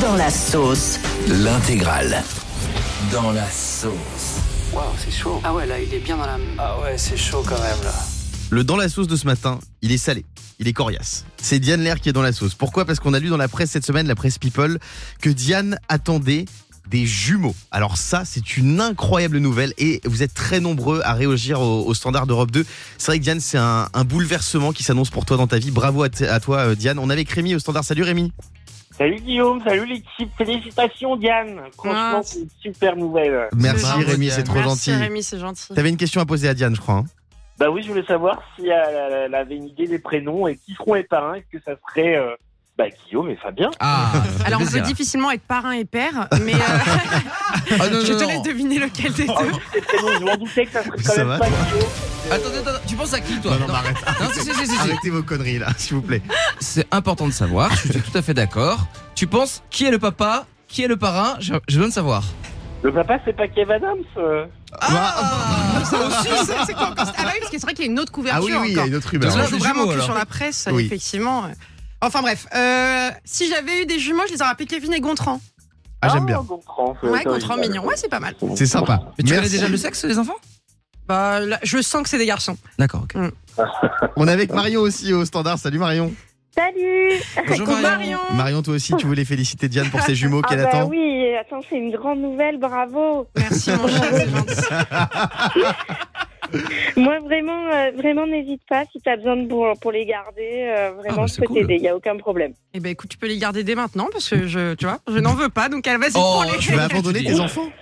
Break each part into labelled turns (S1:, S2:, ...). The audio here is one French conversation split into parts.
S1: Dans la sauce.
S2: L'intégrale. Dans la sauce.
S3: Waouh, c'est chaud.
S4: Ah ouais, là, il est bien dans la.
S3: Ah ouais, c'est chaud quand même là.
S5: Le dans la sauce de ce matin, il est salé, il est coriace. C'est Diane Lair qui est dans la sauce. Pourquoi Parce qu'on a lu dans la presse cette semaine, la presse People, que Diane attendait des jumeaux. Alors ça, c'est une incroyable nouvelle et vous êtes très nombreux à réagir au, au standard d'Europe 2. C'est vrai que Diane, c'est un, un bouleversement qui s'annonce pour toi dans ta vie. Bravo à, t- à toi, euh, Diane. On est avec Rémi au standard. Salut Rémi.
S6: Salut Guillaume, salut l'équipe, félicitations Diane. Franchement,
S4: Ah.
S6: c'est une super nouvelle.
S5: Merci
S4: Bravo,
S5: Rémi,
S2: Diane.
S5: c'est trop
S4: Merci,
S5: gentil.
S4: Rémi, c'est gentil.
S5: T'avais une question à poser à Diane, je crois. hein.
S6: Bah oui, je voulais savoir si euh, elle, elle avait une idée des prénoms et qui seront les parrains. Est-ce que ça serait euh, bah, Guillaume et Fabien
S2: Ah, ça fait
S4: Alors, on peut
S2: plaisir.
S4: difficilement être parrain et père, mais euh,
S2: Ah, non,
S4: je
S2: non,
S4: te
S2: non.
S4: laisse deviner lequel des deux.
S6: Oh, tous ces prénoms, je m'en doutais que ça serait quand
S5: Ça
S6: même
S5: va,
S6: pas Guillaume.
S2: Attends, attends, attends, tu penses à qui toi
S5: Non, non, mais arrête.
S2: Ah, Non, si, si, si, si, si.
S5: Arrêtez vos conneries là, s'il vous plaît.
S2: C'est important de savoir, je suis tout à fait d'accord. Tu penses qui est le papa, qui est le parrain Je je veux de savoir.
S6: Le papa, c'est pas Kev Adams euh.
S2: Ah Ça aussi
S4: C'est- c'est quoi encore Ah bah oui, parce que c'est vrai qu'il y a une autre couverture.
S5: Ah oui, oui, il y a
S4: encore.
S5: une autre humeur.
S4: Parce qu'on
S2: Alors,
S4: joue
S2: des
S4: vraiment
S2: jumeaux,
S4: plus
S2: alors.
S4: sur la presse,
S5: Oui.
S4: effectivement. euh. Enfin bref, euh, si j'avais eu des jumeaux, je les aurais appelé Kevin et Gontran.
S5: Ah, j'aime bien.
S6: Gontran, c'est
S4: Ouais,
S6: original.
S4: Gontran mignon. Ouais, c'est pas mal.
S5: C'est sympa.
S2: Mais tu connais
S5: Merci.
S2: déjà le sexe des enfants
S4: Bah, là, je sens que c'est des garçons.
S2: D'accord, ok.
S5: On est avec Marion aussi au standard. Salut Marion.
S7: Salut
S2: Bonjour
S4: Coucou,
S2: Marion.
S4: Marion.
S5: Marion, toi aussi, tu voulais féliciter Diane pour ses jumeaux
S7: Ah
S5: qu'elle
S7: bah
S5: attend.
S7: oui, attends, c'est une grande nouvelle, bravo
S4: Merci mon chat, c'est gentil.
S7: Moi, vraiment, euh, vraiment, n'hésite pas si t'as besoin de pour, pour les garder, euh, vraiment,
S2: Ah bah,
S7: je
S2: c'est
S7: peux
S2: cool.
S7: t'aider, il n'y a aucun problème.
S4: Eh ben écoute, tu peux les garder dès maintenant parce que je, tu vois, je n'en veux pas. Donc elle vas-y
S2: Oh,
S4: prends-les.
S5: Tu vas abandonner tes
S2: Oui.
S5: enfants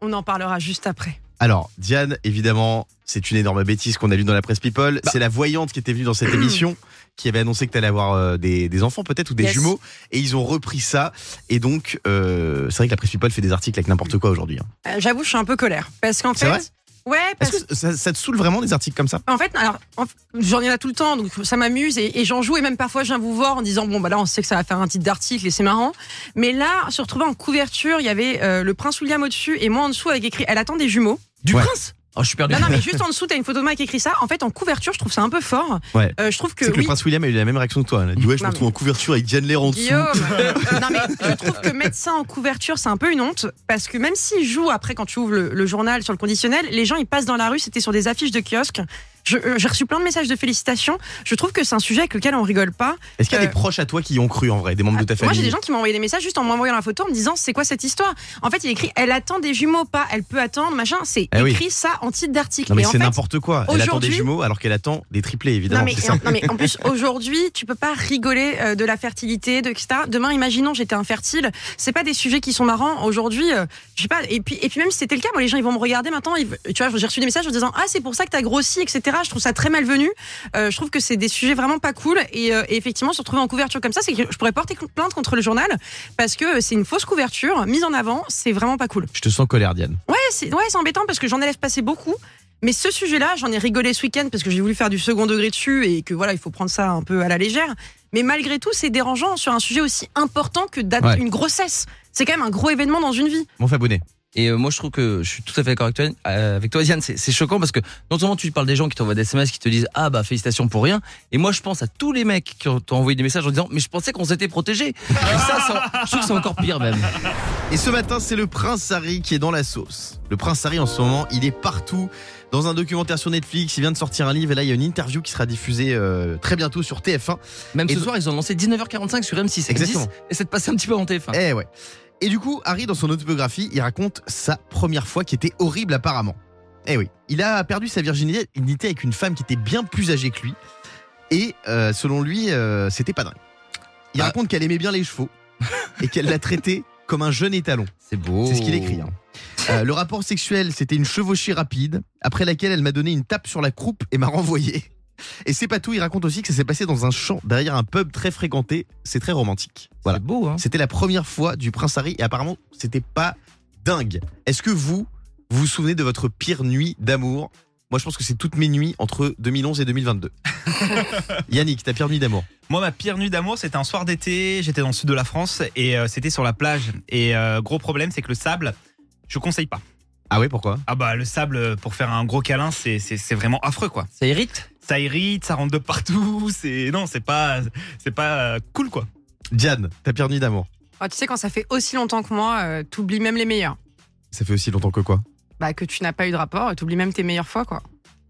S4: On en parlera juste après.
S5: Alors, Diane, évidemment, c'est une énorme bêtise qu'on a lue dans la presse People. C'est la voyante qui était venue dans cette émission, qui avait annoncé que t'allais avoir euh, des, des enfants peut-être ou des
S4: Yes.
S5: jumeaux. Et ils ont repris ça. Et donc, euh, c'est vrai que la presse People fait des articles avec n'importe quoi aujourd'hui. hein.
S4: Euh, J'avoue, je suis un peu colère parce qu'en
S5: C'est
S4: fait,
S5: vrai
S4: ouais, parce que
S5: Est-ce que ça, ça te saoule vraiment des articles comme ça
S4: En fait, alors, en- j'en ai là tout le temps, donc ça m'amuse et, et j'en joue. Et même parfois, je viens vous voir en disant Bon, bah là, on sait que ça va faire un titre d'article et c'est marrant. Mais là, se retrouver en couverture, il y avait euh, le prince William au-dessus et moi en dessous avec écrit Elle attend des jumeaux.
S2: Du
S5: Ouais.
S2: prince Oh, je suis perdu.
S4: Non, non, mais juste en dessous, t'as une photo de moi qui écrit ça. En fait, en couverture, je trouve ça un peu fort.
S5: Ouais.
S4: Euh, je trouve que.
S5: C'est que le
S4: oui,
S5: prince William a eu la même réaction que toi. Elle a dit, ouais, je me
S4: Non,
S5: retrouve en couverture avec Diane Lair en dessous.
S4: Guillaume, euh, non mais je trouve que mettre ça en couverture, c'est un peu une honte parce que même s'ils jouent après quand tu ouvres le, le journal sur le conditionnel, les gens ils passent dans la rue, c'était sur des affiches de kiosques. Je- euh, J'ai reçu plein de messages de félicitations. Je trouve que c'est un sujet avec lequel on rigole pas.
S5: Est-ce qu'il y a
S4: Euh,
S5: des proches à toi qui y ont cru en vrai, des membres de ta
S4: Moi, j'ai
S5: famille
S4: des gens qui m'ont envoyé des messages juste en m'envoyant la photo en me disant c'est quoi cette histoire En fait, il écrit elle attend des jumeaux, pas elle peut attendre, machin. C'est
S5: Eh oui.
S4: écrit ça en titre d'article.
S5: Non mais
S4: Et en
S5: c'est
S4: fait,
S5: n'importe quoi. Elle attend des
S4: aujourd'hui-
S5: jumeaux alors qu'elle attend des triplés évidemment.
S4: non mais,
S5: c'est ça.
S4: non, mais en plus aujourd'hui tu peux pas rigoler euh, de la fertilité de etc. Demain imaginons j'étais infertile, c'est pas des sujets qui sont marrants aujourd'hui. euh, je sais pas et puis et puis même si c'était le cas moi les gens ils vont me regarder maintenant ils- tu vois j'ai reçu des messages en disant ah c'est pour ça que t'as grossi etc. Je trouve ça très malvenu. Euh, je trouve que c'est des sujets vraiment pas cool et, euh, et effectivement se retrouver en couverture comme ça c'est que je pourrais porter plainte contre le journal parce que c'est une fausse couverture mise en avant c'est vraiment pas cool.
S5: Je te sens colère Diane.
S4: Ouais, c'est ouais, c'est embêtant parce que j'en ai laissé passer beaucoup. Mais ce sujet-là, j'en ai rigolé ce week-end parce que j'ai voulu faire du second degré dessus et que voilà, il faut prendre ça un peu à la légère. Mais malgré tout, c'est dérangeant sur un sujet aussi important que d'att-
S5: Ouais.
S4: une grossesse. C'est quand même un gros événement dans une vie.
S5: Mon abonné.
S2: Et euh, moi, je trouve que je suis tout à fait d'accord avec toi, euh, avec toi Diane. C'est c'est choquant parce que non seulement tu parles des gens qui t'envoient des SMS qui te disent Ah bah félicitations pour rien. Et moi, je pense à tous les mecs qui ont- t'ont envoyé des messages en disant Mais je pensais qu'on s'était protégés. Et ça, ça- je trouve que c'est encore pire même.
S5: Et ce matin, c'est le prince Harry qui est dans la sauce. Le prince Harry, en ce moment, il est partout. Dans un documentaire sur Netflix, il vient de sortir un livre et là, il y a une interview qui sera diffusée euh, très bientôt sur TF1.
S2: Même
S5: Et
S2: ce
S5: donc-
S2: soir, ils ont lancé 19h45 sur M6.
S5: Exactement.
S2: Exactement. Et c'est de passer un petit peu en TF1.
S5: Eh ouais. Et du coup, Harry, dans son autobiographie, il raconte sa première fois qui était horrible apparemment. Eh oui, il a perdu sa virginité avec une femme qui était bien plus âgée que lui. Et euh, selon lui, euh, c'était pas dingue. Il
S2: Ah.
S5: raconte qu'elle aimait bien les chevaux et qu'elle l'a traité comme un jeune étalon.
S2: C'est beau.
S5: C'est ce qu'il écrit. hein. Euh, le rapport sexuel, c'était une chevauchée rapide, après laquelle elle m'a donné une tape sur la croupe et m'a renvoyé. Et c'est pas tout, il raconte aussi que ça s'est passé dans un champ derrière un pub très fréquenté. C'est très romantique. Voilà.
S2: C'est beau, hein.
S5: C'était la première fois du Prince Harry et apparemment, c'était pas dingue. Est-ce que vous, vous vous souvenez de votre pire nuit d'amour Moi, je pense que c'est toutes mes nuits entre 2011 et 2022. Yannick, ta pire nuit d'amour
S8: Moi, ma pire nuit d'amour, c'était un soir d'été. J'étais dans le sud de la France et euh, c'était sur la plage. Et euh, gros problème, c'est que le sable, je conseille pas.
S5: Ah ouais, pourquoi
S8: Ah bah, le sable, euh, pour faire un gros câlin, c'est- c'est c'est vraiment affreux, quoi.
S2: Ça irrite.
S8: Ça irrite, ça rentre de partout. C'est non, c'est pas c'est pas euh, cool, quoi.
S5: Diane, ta pire nuit d'amour.
S4: Ah, tu sais, quand ça fait aussi longtemps que moi, euh, t'oublies même les meilleurs.
S5: Ça fait aussi longtemps que quoi
S4: Bah, que tu n'as pas eu de rapport, euh, t'oublies même tes meilleures fois, quoi.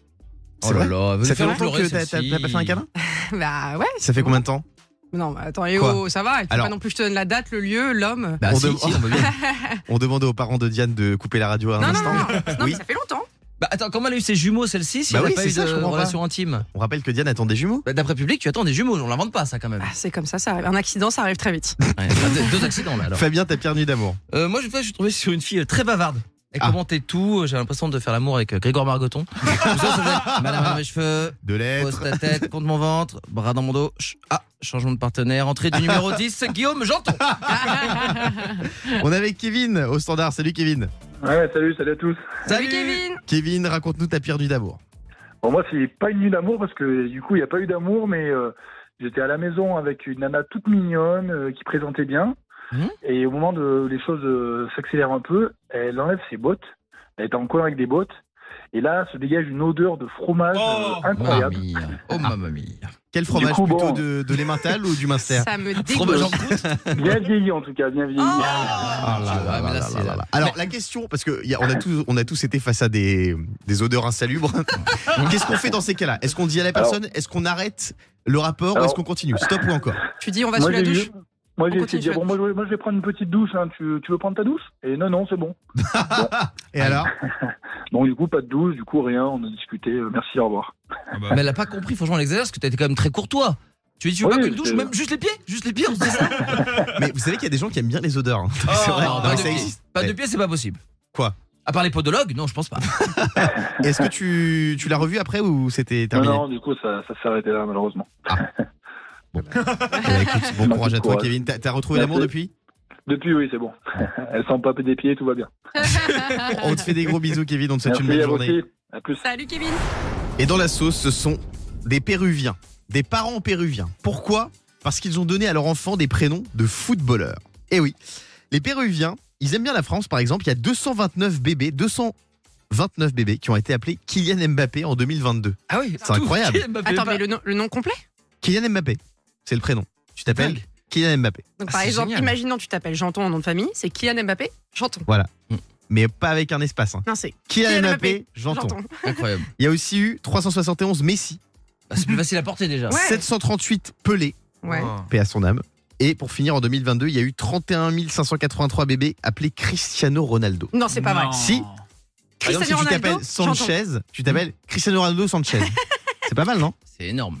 S5: C'est vrai
S2: Oh là,
S5: Ça fait longtemps que t'as t'as- t'as pas fait un câlin
S4: bah, ouais.
S5: Ça fait combien de temps
S4: Non, mais attends, et
S5: Quoi
S4: oh, ça va. Et puis
S5: Alors-
S4: pas non plus, je te donne la date, le lieu, l'homme.
S2: Bah,
S5: On
S2: si, si,
S5: demande-
S2: on va bien.
S5: On demandait aux parents de Diane de couper la radio à un
S4: non, non,
S5: instant.
S4: non, non, non,
S5: Oui.
S4: mais ça fait longtemps.
S2: Bah, attends, comment elle a eu ses jumeaux celle-ci si
S5: Bah
S2: elle a
S5: oui,
S2: pas
S5: c'est
S2: eu
S5: ça,
S2: de
S5: je comprends pas.
S2: relation intime
S5: On rappelle que Diane attend des jumeaux.
S2: Bah, D'après public, tu attends des jumeaux, on l'invente pas ça quand même.
S4: Ah, c'est comme ça, ça arrive. Un accident, ça arrive très vite.
S2: Ouais, bah, deux- deux accidents là alors.
S5: Fabien, ta pire nuit d'amour.
S2: Euh, moi, je je suis tombé sur une fille euh, très bavarde. Elle
S5: Ah.
S2: commentait tout, euh, j'ai l'impression de faire l'amour avec euh, Grégoire Margoton. Tout ça, ça faisait, Madame dans mes cheveux,
S5: De
S2: pose ta
S5: l'être.
S2: tête contre mon ventre, bras dans mon dos. ch- ah, changement de partenaire, entrée du numéro 10, Guillaume Janton.
S5: On est avec Kevin au standard. Salut Kevin.
S9: Ouais, salut, salut à tous.
S4: Salut Kevin
S5: Kevin, raconte-nous ta pire nuit d'amour.
S9: Bon, moi, c'est pas une nuit d'amour parce que du coup, il n'y a pas eu d'amour, mais euh, j'étais à la maison avec une nana toute mignonne euh, qui présentait bien.
S4: Mmh.
S2: Mhm.
S9: Et au moment de où les choses euh, s'accélèrent un peu, elle enlève ses bottes. Elle est en colère avec des bottes. Et là, se dégage une odeur de fromage
S8: Oh,
S9: euh, incroyable.
S2: Mamie. Oh, mamma mia.
S5: Quel fromage
S9: coup,
S5: plutôt
S9: bon.
S5: de, de l'emmental ou du minster
S4: Ça me
S2: Fromage en
S4: dégoûte.
S2: croûte.
S9: Bien vieilli, en tout cas, bien vieilli.
S4: Oh,
S5: Ah là là
S2: Ah, mais
S5: là
S2: là,
S5: là
S2: c'est-
S5: là là là. Alors la question, parce que y a- on a tous, on a tous été face à des, des odeurs insalubres. Qu'est-ce qu'on fait dans ces cas-là Est-ce qu'on dit à la
S9: Alors-
S5: personne Est-ce qu'on arrête le rapport ou
S9: Alors-
S5: est-ce qu'on continue Stop ou encore
S4: bah, Tu dis, on va
S9: Moi,
S4: sous la
S9: j'ai
S4: douche.
S9: eu- Moi,
S4: On
S9: j'ai
S4: continue
S9: essayé de dire,
S4: sur
S9: bon,
S4: la
S9: moi, je vais- moi, je vais prendre une petite douche. hein. Tu, tu veux prendre ta douche Et non, non, c'est bon.
S5: Et alors
S9: Donc, du coup, pas de douche, du coup, rien. On a discuté. euh, merci, au revoir.
S8: Ah bah.
S2: Mais elle a pas compris, franchement, l'exercice, parce que t'étais quand même très courtois. Tu lui dis, tu veux
S9: Oui,
S2: pas qu'une douche,
S9: c'est-
S2: même juste les pieds Juste les pieds, on se dit ça
S5: Mais vous savez qu'il y a des gens qui aiment bien les odeurs. hein. C'est vrai.
S2: Non,
S5: Non,
S2: pas
S5: mais
S2: de
S5: ça
S2: pieds.
S5: existe.
S2: Pas de
S5: Mais
S2: pieds, c'est pas possible.
S5: Quoi
S2: À part les podologues Non, je pense pas.
S5: Est-ce que tu, tu l'as revu après ou c'était
S9: Non,
S5: terminé
S9: non, du coup, ça, ça s'est arrêté là, malheureusement.
S5: Bah, écoute, Bon courage à toi,
S9: Courage.
S5: Kevin. T'as t'as retrouvé
S9: Merci.
S5: l'amour depuis
S9: Depuis, oui, c'est bon. Elle sent pas des pieds, tout va bien.
S5: On te fait des gros bisous, Kevin. On te souhaite une
S9: Merci
S5: belle
S9: à vous
S5: journée.
S9: aussi. À plus.
S4: Salut Kevin
S5: Et dans la sauce, ce sont des Péruviens, des parents péruviens. Pourquoi Parce qu'ils ont donné à leur enfant des prénoms de footballeurs. Eh oui, les Péruviens, ils aiment bien la France par exemple. Il y a 229 bébés, 229 bébés qui ont été appelés Kylian Mbappé en 2022.
S2: Ah oui,
S5: C'est incroyable.
S4: Attends, mais le, nom- le nom complet
S5: Kylian Mbappé, c'est le prénom. Tu t'appelles Kylian Mbappé.
S4: Donc,
S2: Ah,
S4: par
S2: c'est
S4: exemple,
S2: génial.
S4: imaginons, tu t'appelles Janton en nom de famille, c'est Kylian Mbappé, Janton.
S5: Mais pas avec un espace. hein.
S4: Non, c'est
S5: Kylian,
S4: Kylian
S5: Mbappé,
S4: Mbappé,
S5: j'entends.
S4: Janton.
S2: Incroyable.
S5: Il y a aussi eu 371 Messi,
S2: Bah, c'est plus facile à porter déjà.
S4: Ouais.
S5: 738 Pelé,
S4: Ouais.
S5: paix à son âme. Et pour finir, en 2022, il y a eu 31 583 bébés appelés Cristiano Ronaldo.
S4: Non, c'est pas vrai.
S5: Si. Par exemple,
S4: Cristiano
S5: si tu
S4: Ronaldo, Hmm.
S5: t'appelles Sanchez, tu t'appelles Cristiano Ronaldo Sanchez. c'est pas mal, non
S2: C'est énorme.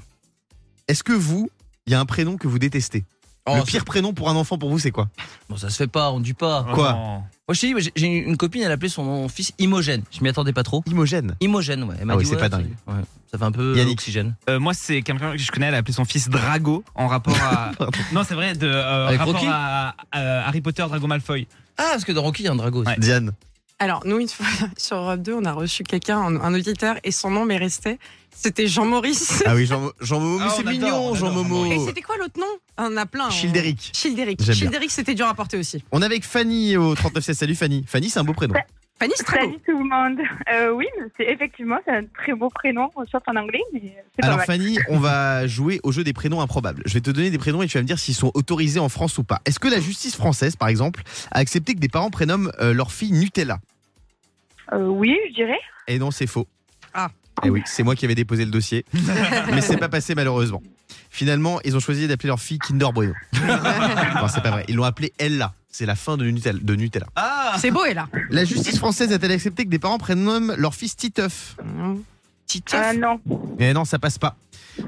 S5: Est-ce que vous, il y a un prénom que vous détestez
S2: Oh,
S5: Le pire prénom pour un enfant, pour vous, c'est quoi
S2: c'est- Bon, ça se fait pas, on dit pas. Moi,
S5: Quoi
S2: je t'ai dit, moi, j'ai- j'ai une copine, elle appelait son fils Imogène. Je m'y attendais pas trop.
S5: Imogène.
S2: Imogène, ouais. Elle m'a
S5: Ah oui,
S2: dit,
S5: c'est
S2: ouais,
S5: pas dingue.
S2: ouais, Ça fait un peu
S5: Yannick.
S2: oxygène.
S8: Euh, moi, c'est quelqu'un que je connais, elle a appelé son fils Drago en rapport à. non, c'est vrai, de euh,
S2: Avec
S8: rapport
S2: Rocky
S8: à, euh, Harry Potter, Drago Malfoy.
S2: Ah, parce que dans Rocky, il y a un drago. aussi.
S8: Ouais.
S5: Diane.
S4: Alors, nous, une fois, sur Europe 2, on a reçu quelqu'un, un, un auditeur, et son nom m'est resté. C'était Jean-Maurice.
S5: Ah oui, Jean, Jean Momo,
S8: Ah,
S5: c'est
S8: on adore, on
S5: mignon,
S8: adore
S5: Jean
S8: Jean
S5: Momo.
S4: Et c'était quoi l'autre nom On en a plein. on-
S5: Childeric.
S4: Childeric.
S5: Oh. J'aime bien.
S4: Childeric, c'était dur à porter aussi.
S5: On est avec Fanny au 39C. Salut Fanny. Fanny, c'est un beau prénom.
S4: Fanny, c'est très beau.
S7: Salut tout le monde. Euh, oui, c'est effectivement c'est un très beau prénom, sauf en anglais, mais c'est pas
S5: Alors
S7: mal.
S5: Fanny, on va jouer au jeu des prénoms improbables. Je vais te donner des prénoms et tu vas me dire s'ils sont autorisés en France ou pas. Est-ce que la justice française, par exemple, a accepté que des parents prénomment euh, leur fille Nutella
S7: Euh, oui, je dirais.
S5: Et non, c'est faux.
S4: Ah.
S5: Eh oui, c'est moi qui avais déposé le dossier, mais c'est pas passé malheureusement. Finalement, ils ont choisi d'appeler leur fille Kinder Bueno. non, c'est pas vrai. Ils l'ont appelée Ella. C'est la fin de Nutella. De Nutella.
S8: Ah
S4: C'est beau, elle a.
S5: La justice française a-t-elle accepté que des parents prénomment leur fils Titeuf
S7: Euh, non.
S5: Eh non, ça passe pas.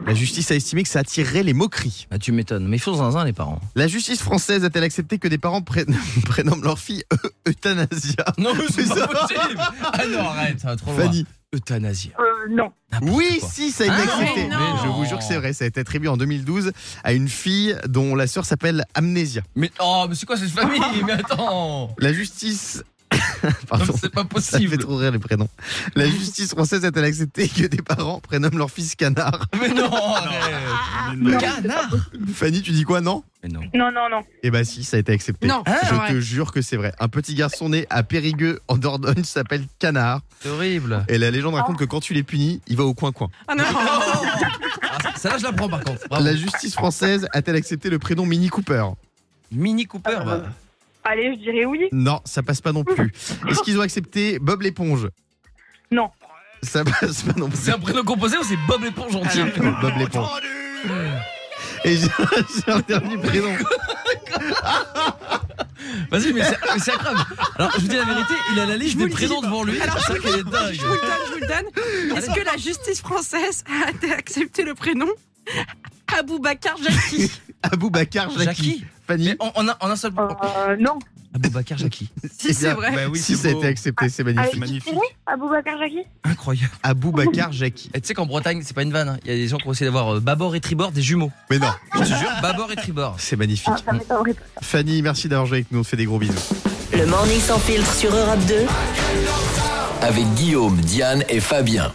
S5: La justice a estimé que ça attirerait les moqueries.
S2: Ah, tu m'étonnes. Mais ils font zinzin, les parents.
S5: La justice française a-t-elle accepté que des parents pré- prénomment leur fille Eu- Euthanasia
S2: Non,
S5: c'est pas
S2: possible. Ah non, arrête, ça va trop
S5: Fanny.
S2: Euthanasie.
S7: Euh, non.
S5: Oui, si, ça a été
S2: Ah
S5: accepté.
S4: non,
S5: Mais
S4: non.
S5: Je vous jure que c'est vrai. Ça a été attribué en 2012 à une fille dont la sœur s'appelle Amnésia.
S2: Mais oh, mais c'est quoi cette famille Mais attends.
S5: La justice.
S2: Non,
S5: Pardon.
S2: mais C'est pas
S5: Ah Ça me fait
S2: possible.
S5: trop rire les prénoms. La justice française a-t-elle accepté que des parents prénomment leur fils canard
S2: Mais non,
S8: Ah,
S2: arrête.
S7: Non,
S2: Canard.
S5: Fanny, tu dis quoi, non
S2: Mais non.
S7: non, non, non.
S5: Eh bah si, ça a été accepté.
S4: Non, c'est
S5: je
S4: pas vrai.
S5: te jure que c'est vrai. Un petit garçon né à Périgueux en Dordogne s'appelle Canard.
S2: C'est horrible.
S5: Et la légende raconte que quand tu les punis, il va au coin-coin.
S4: Ah non.
S2: Ah, ça, Celle-là, je la prends par contre. Bravo.
S5: Oh. La justice française a-t-elle accepté le prénom Mini Cooper
S2: Mini Cooper. bah.
S5: Ah,
S7: Allez, je dirais oui.
S5: Non, ça passe pas non plus. Est-ce qu'ils ont accepté Bob l'éponge
S7: Non.
S5: Ça passe pas non plus.
S2: C'est un prénom composé ou c'est Bob l'éponge
S5: Ah,
S2: entier
S5: Bob l'éponge. Et j'ai j'ai un dernier prénom.
S2: Vas-y, mais c'est mais c'est incroyable. Alors, je vous dis la vérité, il a la liste
S4: vous
S2: des
S4: le
S2: prénoms
S4: dis.
S2: devant lui.
S4: Alors,
S2: C'est ça qui est
S4: Je
S2: dingue.
S4: vous le donne, je vous le donne. Est-ce que la justice française a accepté le prénom Aboubacar Jackie
S5: Abou Bakar Jaki.
S2: Jackie
S5: Fanny.
S2: En, en un, en un seul.
S7: Euh, non.
S2: Aboubacar Jackie.
S5: Eh
S4: Si c'est
S5: bien,
S4: vrai.
S8: Bah oui,
S5: si ça
S8: c'est
S5: a
S8: beau.
S5: été accepté, c'est
S7: Ah,
S5: magnifique.
S7: oui,
S8: magnifique.
S7: c'est oui, Aboubacar Jackie
S2: Incroyable.
S5: Abou Bakar Jaki.
S2: Et tu sais qu'en Bretagne, c'est pas une vanne. hein. Il y a des gens qui ont essayé d'avoir euh, bâbord et tribord des jumeaux.
S5: Mais non,
S2: Je te jure, bâbord et tribord.
S5: c'est magnifique.
S7: Ah, ça m'étonnerait pas.
S5: Fanny, merci d'avoir joué avec nous. On te fait des gros bisous.
S1: Le morning sans filtre sur Europe 2.
S10: Avec Guillaume, Diane et Fabien.